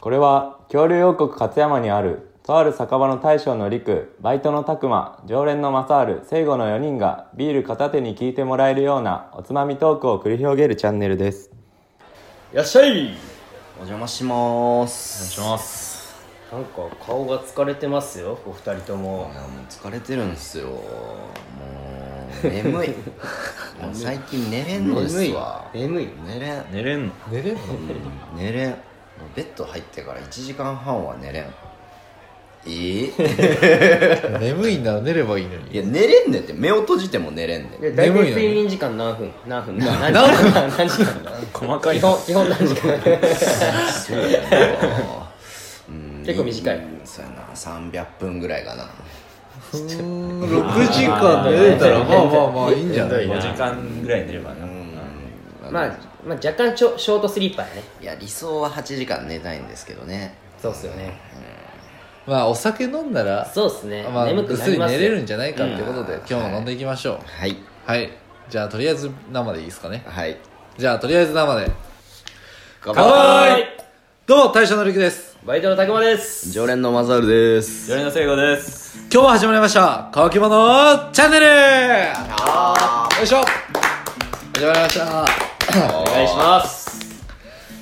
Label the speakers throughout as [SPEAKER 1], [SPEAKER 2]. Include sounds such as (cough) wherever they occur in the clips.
[SPEAKER 1] これは恐竜王国勝山にあるとある酒場の大将の陸バイトの拓磨常連の正治聖護の4人がビール片手に聞いてもらえるようなおつまみトークを繰り広げるチャンネルです
[SPEAKER 2] いらっしゃい
[SPEAKER 3] お邪魔します
[SPEAKER 2] お願いしますなんか顔が疲れてますよお二人とも
[SPEAKER 3] いやもう疲れてるんですよもう
[SPEAKER 2] (laughs)
[SPEAKER 3] 眠いもう最近寝れんのですわ
[SPEAKER 2] 眠い眠い
[SPEAKER 3] 寝れん
[SPEAKER 4] 寝れんの
[SPEAKER 2] 寝れんの
[SPEAKER 3] 寝れんもうベッド入ってから1時間半は寝れんええ
[SPEAKER 2] (laughs)
[SPEAKER 5] 眠いなら寝ればいいの
[SPEAKER 3] い
[SPEAKER 5] に
[SPEAKER 3] や寝れんねんって目を閉じても寝れんねん
[SPEAKER 2] で大
[SPEAKER 5] 眠いの
[SPEAKER 2] 体
[SPEAKER 5] に
[SPEAKER 2] 睡眠時間何分何分何時間何時間
[SPEAKER 4] 細かい
[SPEAKER 2] 基本基本何時間
[SPEAKER 3] そうやなうん
[SPEAKER 2] 結構短い
[SPEAKER 3] うんそうやな300分ぐらいかな
[SPEAKER 5] 6時間寝れたらまあまあまあいいんじゃない
[SPEAKER 4] 5時間ぐらい寝ればな
[SPEAKER 3] うん
[SPEAKER 2] まあ、まあ、若干ちょショートスリーパーやね
[SPEAKER 3] いや理想は8時間寝たいんですけどね
[SPEAKER 2] そうっすよね
[SPEAKER 5] まあお酒飲んだら
[SPEAKER 2] そうっすね、
[SPEAKER 5] まあ
[SPEAKER 2] 眠
[SPEAKER 5] ぐ
[SPEAKER 2] く
[SPEAKER 5] っ
[SPEAKER 2] な
[SPEAKER 5] す
[SPEAKER 2] り
[SPEAKER 5] り
[SPEAKER 2] ます
[SPEAKER 5] 寝
[SPEAKER 2] よ
[SPEAKER 5] れるんじゃないかってことで今日も飲んでいきましょう
[SPEAKER 3] はい
[SPEAKER 5] はいじゃあとりあえず生でいいですかね
[SPEAKER 3] はい
[SPEAKER 5] じゃあとりあえず生で
[SPEAKER 3] 乾
[SPEAKER 5] はどうも大将のりくです
[SPEAKER 2] バイトのたくまです
[SPEAKER 3] 常連のマザールです
[SPEAKER 4] 常連の聖護です
[SPEAKER 5] 今日も始まりました「乾き物チャンネル」よいしょ始まりました
[SPEAKER 2] お願いします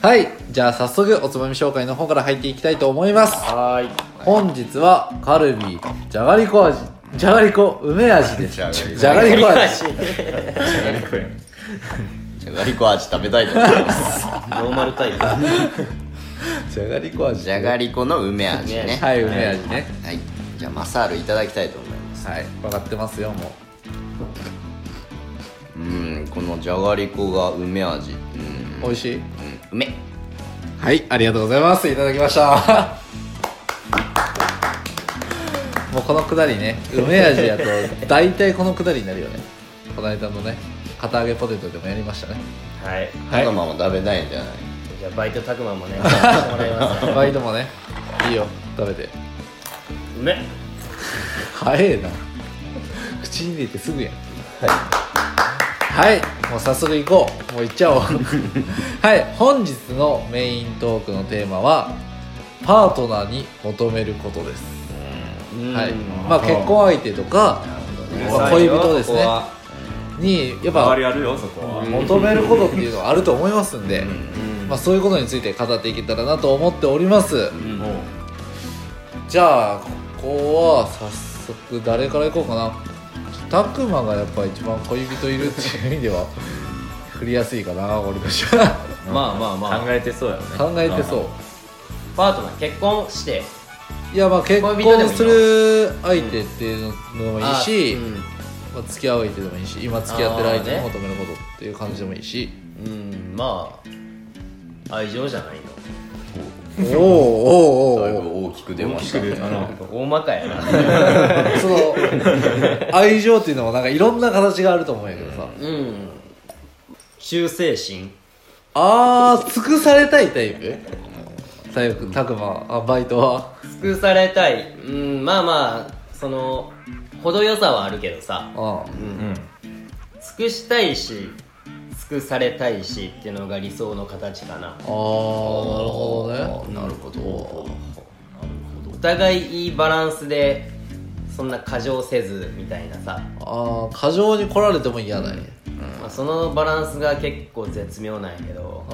[SPEAKER 5] はいじゃあ早速おつまみ紹介の方から入っていきたいと思います
[SPEAKER 2] はーい
[SPEAKER 5] 本日はカルビーじゃがりこ味じゃがりこ梅味です
[SPEAKER 3] ゃがりこ
[SPEAKER 5] じゃがりこ味
[SPEAKER 2] ノ
[SPEAKER 3] じゃがりこ味食べたいと思います
[SPEAKER 2] ーマルタイプ
[SPEAKER 5] じゃがり (laughs) こ味
[SPEAKER 3] じゃがりこの梅味ね
[SPEAKER 5] はい梅味ね
[SPEAKER 3] はいじゃあマサールいただきたいと思います
[SPEAKER 5] はい分かってますよも
[SPEAKER 3] うんこのじゃがりこが梅味うん
[SPEAKER 5] う美味しい
[SPEAKER 3] うん梅
[SPEAKER 5] はいありがとうございますいただきました (laughs) もうこのくだりね梅味やと大体このくだりになるよねこの間のね片揚げポテトでもやりま (laughs) したね
[SPEAKER 2] はい
[SPEAKER 5] はい
[SPEAKER 3] このまま食べたいんじゃない
[SPEAKER 2] じゃあバイトたくまもねやらせてもらいます
[SPEAKER 5] バイトもねいいよ食べて
[SPEAKER 2] うめっ
[SPEAKER 5] 早えな口に入れてすぐやんはい、もう早速行こうもう行っち (laughs) ゃおうはい本日のメイントークのテーマはパートナーに求めることです、はいまあ、結婚相手とか、まあ恋人ですねにやっぱ
[SPEAKER 4] 周りあるよそこは
[SPEAKER 5] 求めることっていうのはあると思いますんで、まあ、そういうことについて語っていけたらなと思っております、じゃあここは早速誰からいこうかなたくまがやっぱ一番恋人いるっていう意味では振りやすいかな俺として
[SPEAKER 2] (laughs)
[SPEAKER 5] は
[SPEAKER 2] まあまあまあ
[SPEAKER 4] 考えてそうやろね
[SPEAKER 5] 考えてそう
[SPEAKER 2] パートナー結婚して
[SPEAKER 5] いやまあ結
[SPEAKER 2] 恋人でも
[SPEAKER 5] 婚
[SPEAKER 2] いいの
[SPEAKER 5] する相手っていうのもいいし、
[SPEAKER 2] あ
[SPEAKER 5] まあ、付き合う相手でもいいし今付き合ってる相手に求めることっていう感じでもいいし、
[SPEAKER 2] うん、うんまあ愛情じゃないの
[SPEAKER 5] おーおーお
[SPEAKER 3] だ
[SPEAKER 5] ー
[SPEAKER 3] い
[SPEAKER 5] おー
[SPEAKER 3] ぶ大きく出ましたね
[SPEAKER 2] 大まかやな
[SPEAKER 5] その愛情っていうのもなんかいろんな形があると思うんやけどさ、
[SPEAKER 2] うん忠誠心
[SPEAKER 5] あー尽くされたいタイプタイプたくまあバイトは
[SPEAKER 2] 尽くされたいうんまあまあその程よさはあるけどさ
[SPEAKER 5] う
[SPEAKER 4] うん
[SPEAKER 2] 尽くしたいし尽くされたいしっていうのが理想の形かなん
[SPEAKER 5] あーなるほどね
[SPEAKER 3] あなるほど
[SPEAKER 2] お互いいいバランスでそんな過剰せずみたいなさ、
[SPEAKER 5] ああ過剰に来られても嫌だね、
[SPEAKER 2] まあ、そのバランスが結構絶妙なんやけど
[SPEAKER 5] あ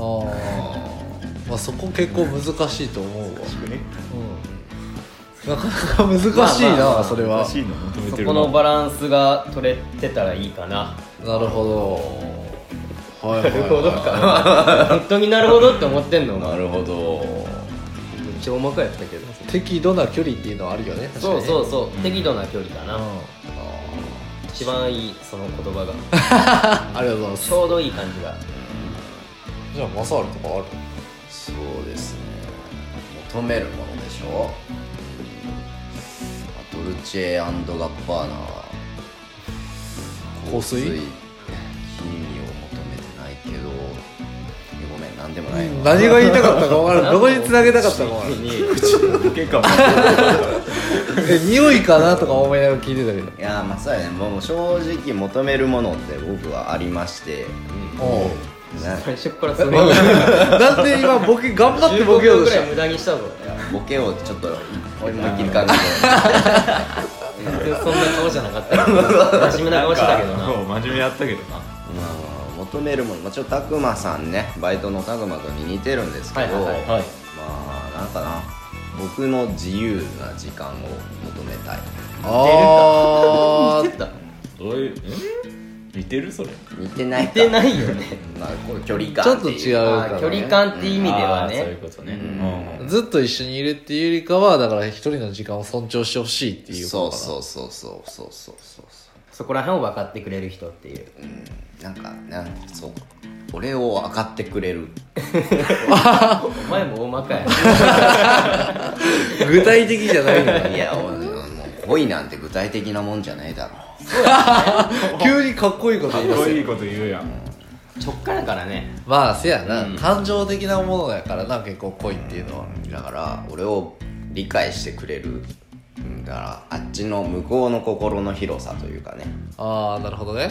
[SPEAKER 5] ーまあそこ結構難しいと思うわ、うん、なかなか難しいな、
[SPEAKER 2] まあまあ
[SPEAKER 5] それは
[SPEAKER 4] 欲しいの求め
[SPEAKER 2] そ
[SPEAKER 4] てる
[SPEAKER 2] このバランスが取れてたらいいかな
[SPEAKER 5] なるほどはいはい、はい、
[SPEAKER 2] 本当になるほどって思ってんの
[SPEAKER 3] な
[SPEAKER 2] めっ
[SPEAKER 3] るほど
[SPEAKER 2] ちゃ大まかやったけど
[SPEAKER 5] 適度な距離っていうのはあるよね確か
[SPEAKER 2] そ
[SPEAKER 5] に
[SPEAKER 2] うそうそう、適度な距離かな、
[SPEAKER 5] うん
[SPEAKER 2] 一番いいその言葉が
[SPEAKER 5] ありがとうございます
[SPEAKER 2] ちょうどいい感じが
[SPEAKER 5] じゃあマサールとかある
[SPEAKER 3] そうですね求めるものでしょあドルチェガッパーナ
[SPEAKER 5] 香水
[SPEAKER 3] 金を求めてないけどいやごめん何でもないわ
[SPEAKER 5] 何が言いたかったか分からんどこにつなげたかったか分からん
[SPEAKER 4] 結果
[SPEAKER 5] え匂いかなとか思いながら聞いてたけ
[SPEAKER 3] (laughs)
[SPEAKER 5] ど
[SPEAKER 3] いやまあそうやねもう正直求めるものって僕はありまして
[SPEAKER 5] おう
[SPEAKER 2] (laughs) 最初っからそれ
[SPEAKER 5] (laughs)
[SPEAKER 2] 15
[SPEAKER 5] なんで今ボケ頑張ってボケよ
[SPEAKER 2] 秒
[SPEAKER 5] う
[SPEAKER 2] ぐ
[SPEAKER 5] と
[SPEAKER 2] らい
[SPEAKER 5] し
[SPEAKER 2] 無駄にしたぞ
[SPEAKER 3] ボケをちょっと思いっきり感
[SPEAKER 2] (laughs)
[SPEAKER 3] じ
[SPEAKER 2] 全然そんな顔じゃなか (laughs) ったよ真面目な顔してたけどな
[SPEAKER 4] もう真面目やったけどな
[SPEAKER 3] で、まあ、求めるもの、まあ、ちょっとたくまさんねバイトのたくま君に似てるんですけど、
[SPEAKER 2] はいはいはい
[SPEAKER 3] まあなんかな僕の自由な時間を求めたい
[SPEAKER 5] たあー
[SPEAKER 4] どういうえ似てるそれ
[SPEAKER 3] 似てない
[SPEAKER 2] 似て
[SPEAKER 3] い
[SPEAKER 2] ないよね
[SPEAKER 3] まあこう距離感
[SPEAKER 5] ちょっと違う
[SPEAKER 2] あ
[SPEAKER 5] か
[SPEAKER 2] ー
[SPEAKER 5] ら
[SPEAKER 2] 距
[SPEAKER 5] ね
[SPEAKER 2] 離感って意味で
[SPEAKER 4] あ
[SPEAKER 2] は
[SPEAKER 4] ーそういう
[SPEAKER 2] ね
[SPEAKER 4] ことね
[SPEAKER 3] ん
[SPEAKER 5] ずっと一緒にいるっていうよりかはだから一人の時間を尊重してほしいっていう
[SPEAKER 3] そう
[SPEAKER 5] う
[SPEAKER 3] そうそうそうそうそうそうそ
[SPEAKER 2] そこら辺を分かってくれる人っていう
[SPEAKER 3] ううんなんかなんかそう俺を分かってくれる
[SPEAKER 2] お前も大まかや
[SPEAKER 5] 具体的じゃないのよ
[SPEAKER 3] いや俺もう恋なんて具体的なもんじゃないだろ
[SPEAKER 5] 急にかっこいいこと言い
[SPEAKER 4] か
[SPEAKER 5] ま
[SPEAKER 4] っこ
[SPEAKER 5] すよ
[SPEAKER 4] いいこと言うやん
[SPEAKER 2] (laughs) 直感やからね
[SPEAKER 5] まあせやな、感情的なものやからな結構恋っていうのは
[SPEAKER 3] だから俺を理解してくれるうんだからあっちの向こうの心の広さというかね
[SPEAKER 5] ああなるほどね、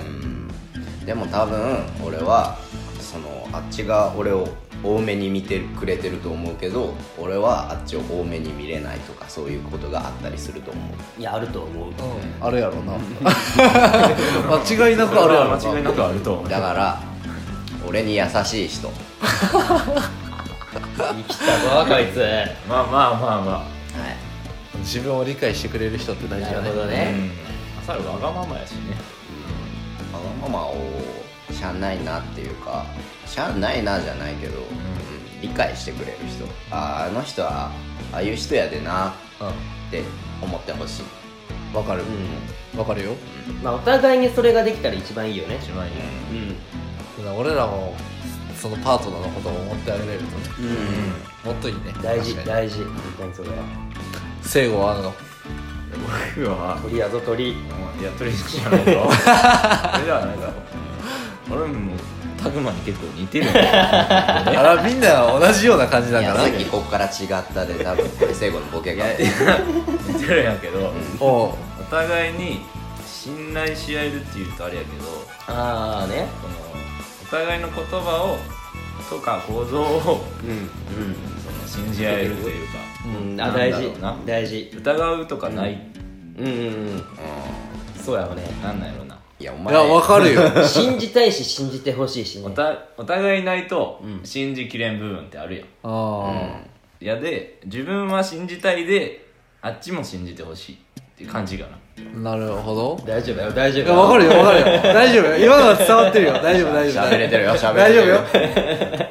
[SPEAKER 3] でも多分俺はそのあっちが俺を多めに見てくれてると思うけど俺はあっちを多めに見れないとかそういうことがあったりすると思う
[SPEAKER 2] いやあると思
[SPEAKER 5] う
[SPEAKER 2] う
[SPEAKER 5] ん、あれやろ (laughs) な間違いなくあれやろ
[SPEAKER 4] 間違いなくあると思う
[SPEAKER 3] だから俺に優しい人
[SPEAKER 2] 生きたわこいつ
[SPEAKER 4] まあまあまあまあ
[SPEAKER 5] 自分を理解してくれる人って大事
[SPEAKER 2] な
[SPEAKER 5] だ
[SPEAKER 2] る
[SPEAKER 5] ね
[SPEAKER 2] ほどね
[SPEAKER 4] 朝はわがままやしね
[SPEAKER 3] わがままをしゃあないなっていうかしゃあないなじゃないけど、うん理解してくれる人あーあの人はああいう人やでなって思ってほしい、
[SPEAKER 5] うんわかるわかるよ
[SPEAKER 2] まあお互いにそれができたら一番いいよね
[SPEAKER 4] 一番いい
[SPEAKER 2] うん
[SPEAKER 5] だから俺らもそのパートナーのことを思ってあげれるとね、もっといいね
[SPEAKER 2] 大
[SPEAKER 5] 確
[SPEAKER 2] 事
[SPEAKER 5] かに
[SPEAKER 2] 大事本当にそれは
[SPEAKER 5] 聖護はあるの
[SPEAKER 4] 僕は
[SPEAKER 2] 鳥やぞ鳥
[SPEAKER 4] いや取りじゃないぞそれではないだろ俺もタグマに結構似てるんだよ
[SPEAKER 5] あらみんな同じような感じなん
[SPEAKER 3] い
[SPEAKER 5] か
[SPEAKER 3] や
[SPEAKER 5] な
[SPEAKER 3] さっきこっから違ったで多分これ聖子のボケが
[SPEAKER 4] 似てるんやけど
[SPEAKER 5] おう
[SPEAKER 4] お互いに信頼し合えるっていうとあれやけど
[SPEAKER 2] ああね
[SPEAKER 4] このお互いの言葉をとか行動をその信じ合えるというか
[SPEAKER 2] うん
[SPEAKER 4] な
[SPEAKER 2] あ
[SPEAKER 4] んだ
[SPEAKER 2] 大
[SPEAKER 4] ろ
[SPEAKER 2] 事
[SPEAKER 4] うな
[SPEAKER 2] 大事
[SPEAKER 4] 疑うとかない
[SPEAKER 2] うんうんうんそうやろね
[SPEAKER 4] なんなんやろない
[SPEAKER 3] やお
[SPEAKER 5] い
[SPEAKER 3] 前
[SPEAKER 5] やわ
[SPEAKER 3] (laughs)
[SPEAKER 5] かるよ
[SPEAKER 2] 信じたいし信じてほしいし
[SPEAKER 4] お
[SPEAKER 2] ね
[SPEAKER 4] たお互いないと信じきれん部分ってあるやん
[SPEAKER 5] あ
[SPEAKER 4] いやで自分は信じたいであっちも信じてほしいっていう感じかな
[SPEAKER 5] あ、なるほど
[SPEAKER 2] 大丈夫よ大丈
[SPEAKER 5] い
[SPEAKER 2] 夫
[SPEAKER 5] やわかるよわかるよ大丈夫よ
[SPEAKER 3] (laughs)
[SPEAKER 5] 今のは伝わってるよ大丈夫大丈夫
[SPEAKER 3] 喋れてるよ喋れ
[SPEAKER 5] 大
[SPEAKER 3] て
[SPEAKER 5] 丈
[SPEAKER 3] る
[SPEAKER 5] 夫よ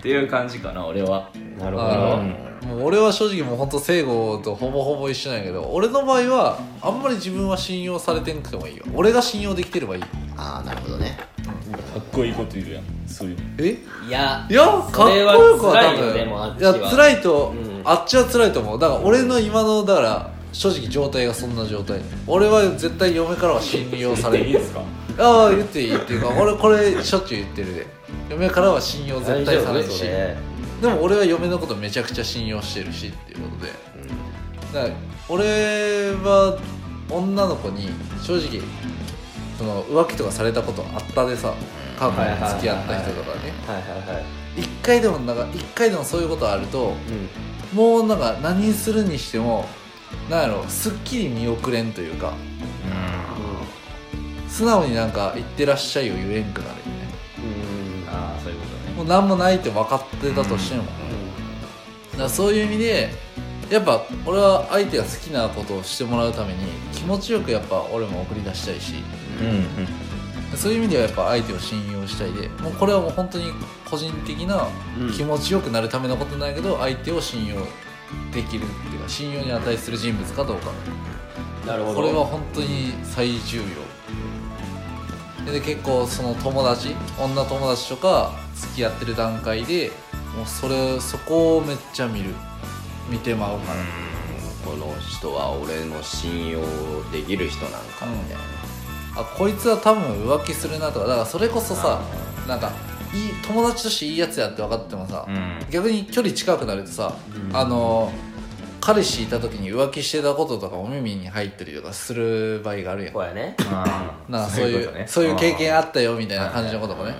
[SPEAKER 4] っていう感じかな俺は
[SPEAKER 2] なるほど
[SPEAKER 5] あーもう俺は正直もうほんと聖護とほぼほぼ一緒なんやけど俺の場合はあんまり自分は信用されてなくてもいいよ俺が信用できてればいい
[SPEAKER 3] ああなるほどね
[SPEAKER 4] かっこいいこと言うやんそういう
[SPEAKER 5] え
[SPEAKER 2] いや
[SPEAKER 5] いやかっこ
[SPEAKER 2] それは
[SPEAKER 5] よくは多
[SPEAKER 2] 辛いよでもあ
[SPEAKER 5] 分
[SPEAKER 2] っ
[SPEAKER 5] い
[SPEAKER 2] ちは
[SPEAKER 5] や辛いと
[SPEAKER 2] うん
[SPEAKER 5] あっちは辛いと思うだから俺の今のだから正直状態がそんな状態俺は絶対嫁からは信用され
[SPEAKER 4] いい
[SPEAKER 5] る
[SPEAKER 4] ですか
[SPEAKER 5] ああ言っていいっていうか俺これしょっちゅう言ってるで嫁からは信用絶
[SPEAKER 2] 大
[SPEAKER 5] 対
[SPEAKER 2] 丈
[SPEAKER 5] され
[SPEAKER 2] 夫
[SPEAKER 5] るし
[SPEAKER 2] それ
[SPEAKER 5] でも俺は嫁のことめちゃくちゃ信用してるしっていうことで、だから俺は女の子に正直その浮気とかされたことあったでさ過去に付き合った人とかね
[SPEAKER 2] はいはいはい
[SPEAKER 5] 一回でもなんか一回でもそういうことあると
[SPEAKER 2] うん
[SPEAKER 5] もうなんか何するにしてもなんやろすっきり見送れんというか素直になんか「行ってらっしゃい」を言えんくなるよね
[SPEAKER 2] うん
[SPEAKER 4] ああそういうことね
[SPEAKER 5] もう何もないって分かってたとしても、だからそういう意味でやっぱ俺は相手が好きなことをしてもらうために気持ちよくやっぱ俺も送り出したいし
[SPEAKER 4] うん
[SPEAKER 5] そういう意味ではやっぱ相手を信用したいでもうこれはもう本当に個人的な気持ちよくなるためのことなんやけど相手を信用できるっていうか信用に値する人物かどうか
[SPEAKER 2] なるほど
[SPEAKER 5] これは本当に最重要で結構その友達女友達とか付き合ってる段階でもうそれそこをめっちゃ見る見てまうから、
[SPEAKER 3] この人は俺の信用できる人なんかみたいな、
[SPEAKER 5] あこいつは多分浮気するなとかだからそれこそさなんかいい友達としていいやつやって分かってもさ、
[SPEAKER 4] うん
[SPEAKER 5] 逆に距離近くなるとさ、あの彼氏いた時に浮気してたこととかお耳に入ったりとかする場合があるやん
[SPEAKER 2] こうやね
[SPEAKER 4] あ
[SPEAKER 5] なあ
[SPEAKER 4] あ
[SPEAKER 5] そういうそういう経験あったよみたいな感じのこともね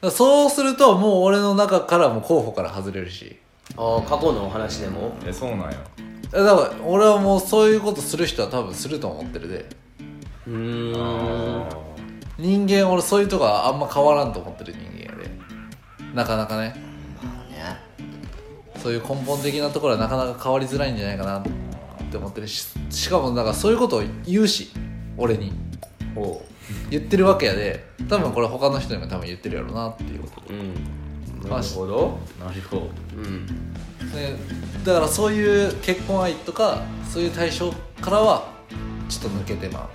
[SPEAKER 5] らそうするともう俺の中からも候補から外れるし
[SPEAKER 2] ああ過去のお話でも
[SPEAKER 4] えそうなんや
[SPEAKER 5] だから俺はもうそういうことする人は多分すると思ってるで
[SPEAKER 2] うーん
[SPEAKER 5] 人間俺そういうとこはあんま変わらんと思ってる人間やでなかなかね
[SPEAKER 3] ね
[SPEAKER 5] そういう根本的なところはなかなか変わりづらいんじゃないかなって思ってるししかもなんかそういうことを言うし俺に言ってるわけやで多分これ他の人にも多分言ってるやろうなっていうこと
[SPEAKER 2] うん
[SPEAKER 5] ま
[SPEAKER 2] な
[SPEAKER 5] あ
[SPEAKER 2] るほど
[SPEAKER 4] なるほど
[SPEAKER 2] うん
[SPEAKER 5] ねだからそういう結婚愛とかそういう対象からはちょっと抜けてま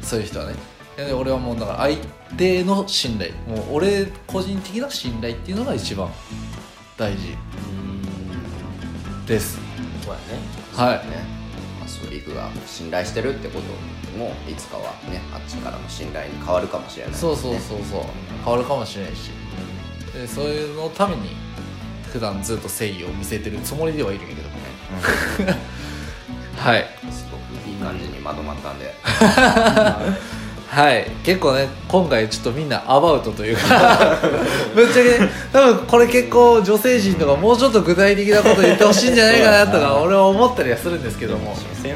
[SPEAKER 5] うそういう人はねいやで俺はもうだから相手の信頼もう俺個人的な信頼っていうのが一番大事です
[SPEAKER 2] そうやね
[SPEAKER 5] はい
[SPEAKER 3] ねまあ、そうリグが信頼してるってこともいつかはねあっちからの信頼に変わるかもしれない、ね、
[SPEAKER 5] そうそうそうそう変わるかもしれないしでそういうのために普段ずっと誠意を見せてるつもりではいるんやけどもねはい
[SPEAKER 3] すごくいい感じにまとまったんで、
[SPEAKER 5] はい結構ね今回ちょっとみんなアバウトという (laughs) かぶっちゃけね多分これ結構女性陣とかもうちょっと具体的なこと言ってほしいんじゃないかなとか俺は思ったりはするんですけども
[SPEAKER 4] 所詮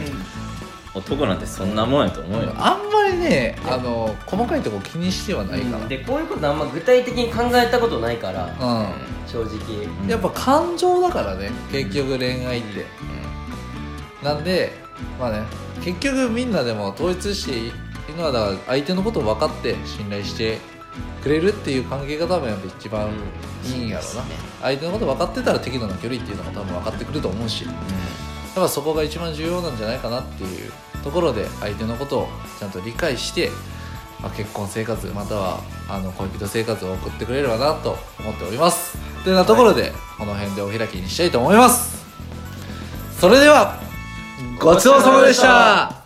[SPEAKER 4] 男なんてそんなもんやと思うよ
[SPEAKER 5] あんまりねあの細かいとこ気にしてはないかな
[SPEAKER 2] でこういうことあんま具体的に考えたことないから
[SPEAKER 5] う
[SPEAKER 2] 正直
[SPEAKER 5] んやっぱ感情だからね結局恋愛ってなんでまあね結局みんなでも統一しているのはだから相手のことを分かって信頼してくれるっていう関係が多分やっぱ一番いいんやろうな、相手のこと分かってたら適度な距離っていうのも多分分かってくると思うし、やっぱそこが一番重要なんじゃないかなっていうところで相手のことをちゃんと理解して、まあ、結婚生活またはあの恋人生活を送ってくれればなと思っておりますというようなところで、この辺でお開きにしたいと思いますそれではごちそうさまでした